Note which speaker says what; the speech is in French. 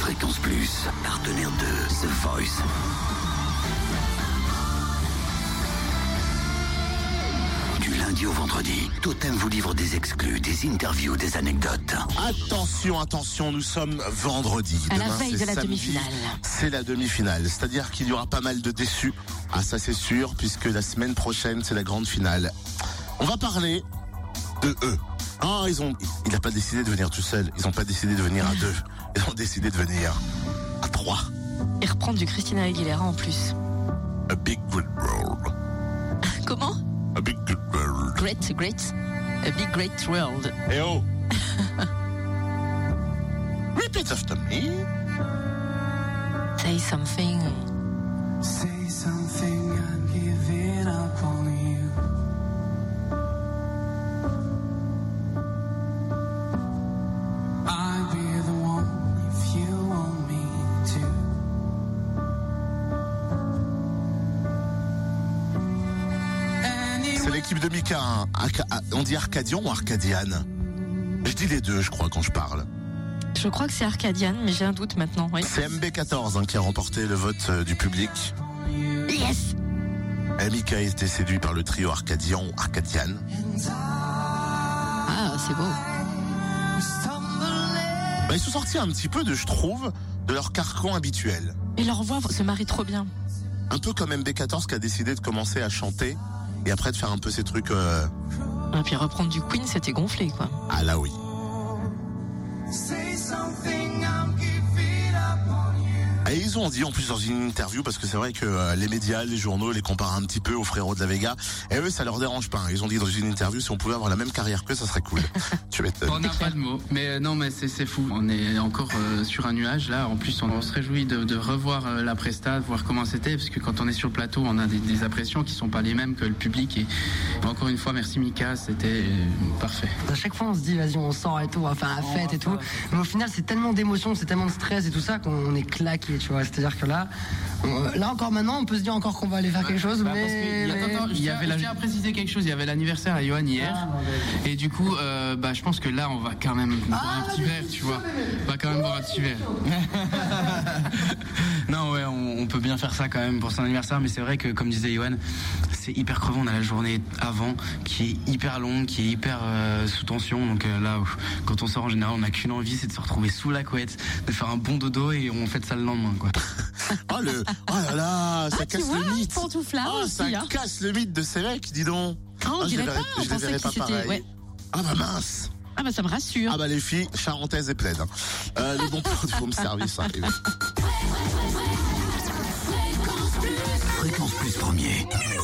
Speaker 1: Fréquence Plus, partenaire de The Voice. Du lundi au vendredi, Totem vous livre des exclus, des interviews, des anecdotes.
Speaker 2: Attention, attention, nous sommes vendredi.
Speaker 3: À la
Speaker 2: Demain,
Speaker 3: veille
Speaker 2: c'est
Speaker 3: de la
Speaker 2: samedi.
Speaker 3: demi-finale.
Speaker 2: C'est la demi-finale, c'est-à-dire qu'il y aura pas mal de déçus. Ah ça c'est sûr, puisque la semaine prochaine c'est la grande finale. On va parler de eux. Ah ils ont, il n'a pas décidé de venir tout seul. Ils n'ont pas décidé de venir à deux. Ils ont décidé de venir à trois.
Speaker 3: Et reprendre du Christina Aguilera en plus.
Speaker 2: A big good world.
Speaker 3: Comment
Speaker 2: A big good world.
Speaker 3: Great, great. A big great world.
Speaker 2: Eh oh. Repeat after me.
Speaker 3: Say something.
Speaker 4: Say something, I'm giving up on you. I'll be the one if you want me to.
Speaker 2: C'est
Speaker 4: Anyway,
Speaker 2: l'équipe de Mika. hein. Arca- ah, on dit Arcadian ou Arcadiane Je dis les deux, je crois, quand je parle.
Speaker 3: Je crois que c'est Arcadiane, mais j'ai un doute maintenant. oui.
Speaker 2: C'est MB14 hein, qui a remporté le vote euh, du public.
Speaker 3: Yes
Speaker 2: Et Mika a été séduit par le trio Arcadian ou Arcadiane.
Speaker 3: Ah, c'est beau.
Speaker 4: we stumble
Speaker 2: Bah, ils sont sortis un petit peu, de, je trouve, de leur carcan habituel.
Speaker 3: Et leur voix se marie trop bien.
Speaker 2: Un peu comme MB14 qui a décidé de commencer à chanter et après de faire un peu ces trucs euh,
Speaker 3: Et puis reprendre du Queen, c'était gonflé, quoi.
Speaker 2: à la oui.
Speaker 4: Say something, I'm giving up on you.
Speaker 2: Ah, Et ils ont dit en plus dans une interview parce que c'est vrai que euh, les médias, les journaux les comparent un petit peu aux frérots de la Vega et eux ça leur dérange pas. hein. Ils ont dit dans une interview si on pouvait avoir la même carrière que ça serait cool. tu
Speaker 5: On
Speaker 2: m'étonnes.
Speaker 5: n'a pas le mot, mais euh, non, mais c'est c'est fou. On est encore euh, sur un nuage là. En plus, on, on se réjouit de, de revoir euh, la presta, de voir comment c'était, parce que quand on est sur le plateau, on a des, des impressions qui sont pas les mêmes que le public. Et encore une fois, merci Mika, c'était euh, parfait.
Speaker 6: À chaque fois, on se dit, vas-y, on sort et tout, on va faire la fête et tout. Mais au final, c'est tellement d'émotions, c'est tellement de stress et tout ça qu'on est claqué, tu vois. C'est-à-dire que là, on- là encore maintenant, on peut se dire encore qu'on va aller faire quelque chose,
Speaker 5: Bah, parce que
Speaker 6: mais.
Speaker 5: il y a-
Speaker 6: mais-
Speaker 5: attends, attends, je
Speaker 6: Il y
Speaker 5: tiens-
Speaker 6: avait
Speaker 5: je
Speaker 6: la- Ah,
Speaker 5: tiens à préciser quelque chose. Il y avait l'anniversaire à Johan hier, et du coup, euh, bah, je pense que là, on va quand même
Speaker 6: Ah,
Speaker 5: boire un petit verre, tu vois. On va quand même boire un petit verre. non, ouais, on, on peut bien faire ça quand même pour son anniversaire, mais c'est vrai que, comme disait Johan, c'est hyper crevant. On a la journée avant qui est hyper longue, qui est hyper euh, sous tension. Donc euh, là, ouf, quand on sort en général, on n'a qu'une envie, c'est de se retrouver sous la couette, de faire un bon dodo, et on fait ça le lendemain, quoi.
Speaker 2: Oh le oh là là, ça
Speaker 3: Ah, tu
Speaker 2: casse
Speaker 3: vois,
Speaker 2: le mythe.
Speaker 3: pantouflard
Speaker 2: Ah,
Speaker 3: aussi,
Speaker 2: ça
Speaker 3: hein.
Speaker 2: casse le mythe de ces mecs, dis donc.
Speaker 3: Ah, on
Speaker 2: je les
Speaker 3: dirait
Speaker 2: verrais-
Speaker 3: pas, on
Speaker 2: je les
Speaker 3: pensait
Speaker 2: verrais
Speaker 3: qu'ils
Speaker 2: pas
Speaker 3: s'étaient-
Speaker 2: pareil.
Speaker 3: ouais.
Speaker 2: Ah bah mince.
Speaker 3: Ah, bah ça me rassure.
Speaker 2: Ah bah les filles, charentaises et plaides. hein. Euh, les bons produits home service arrivent.
Speaker 1: Fréquence Plus premier, numéro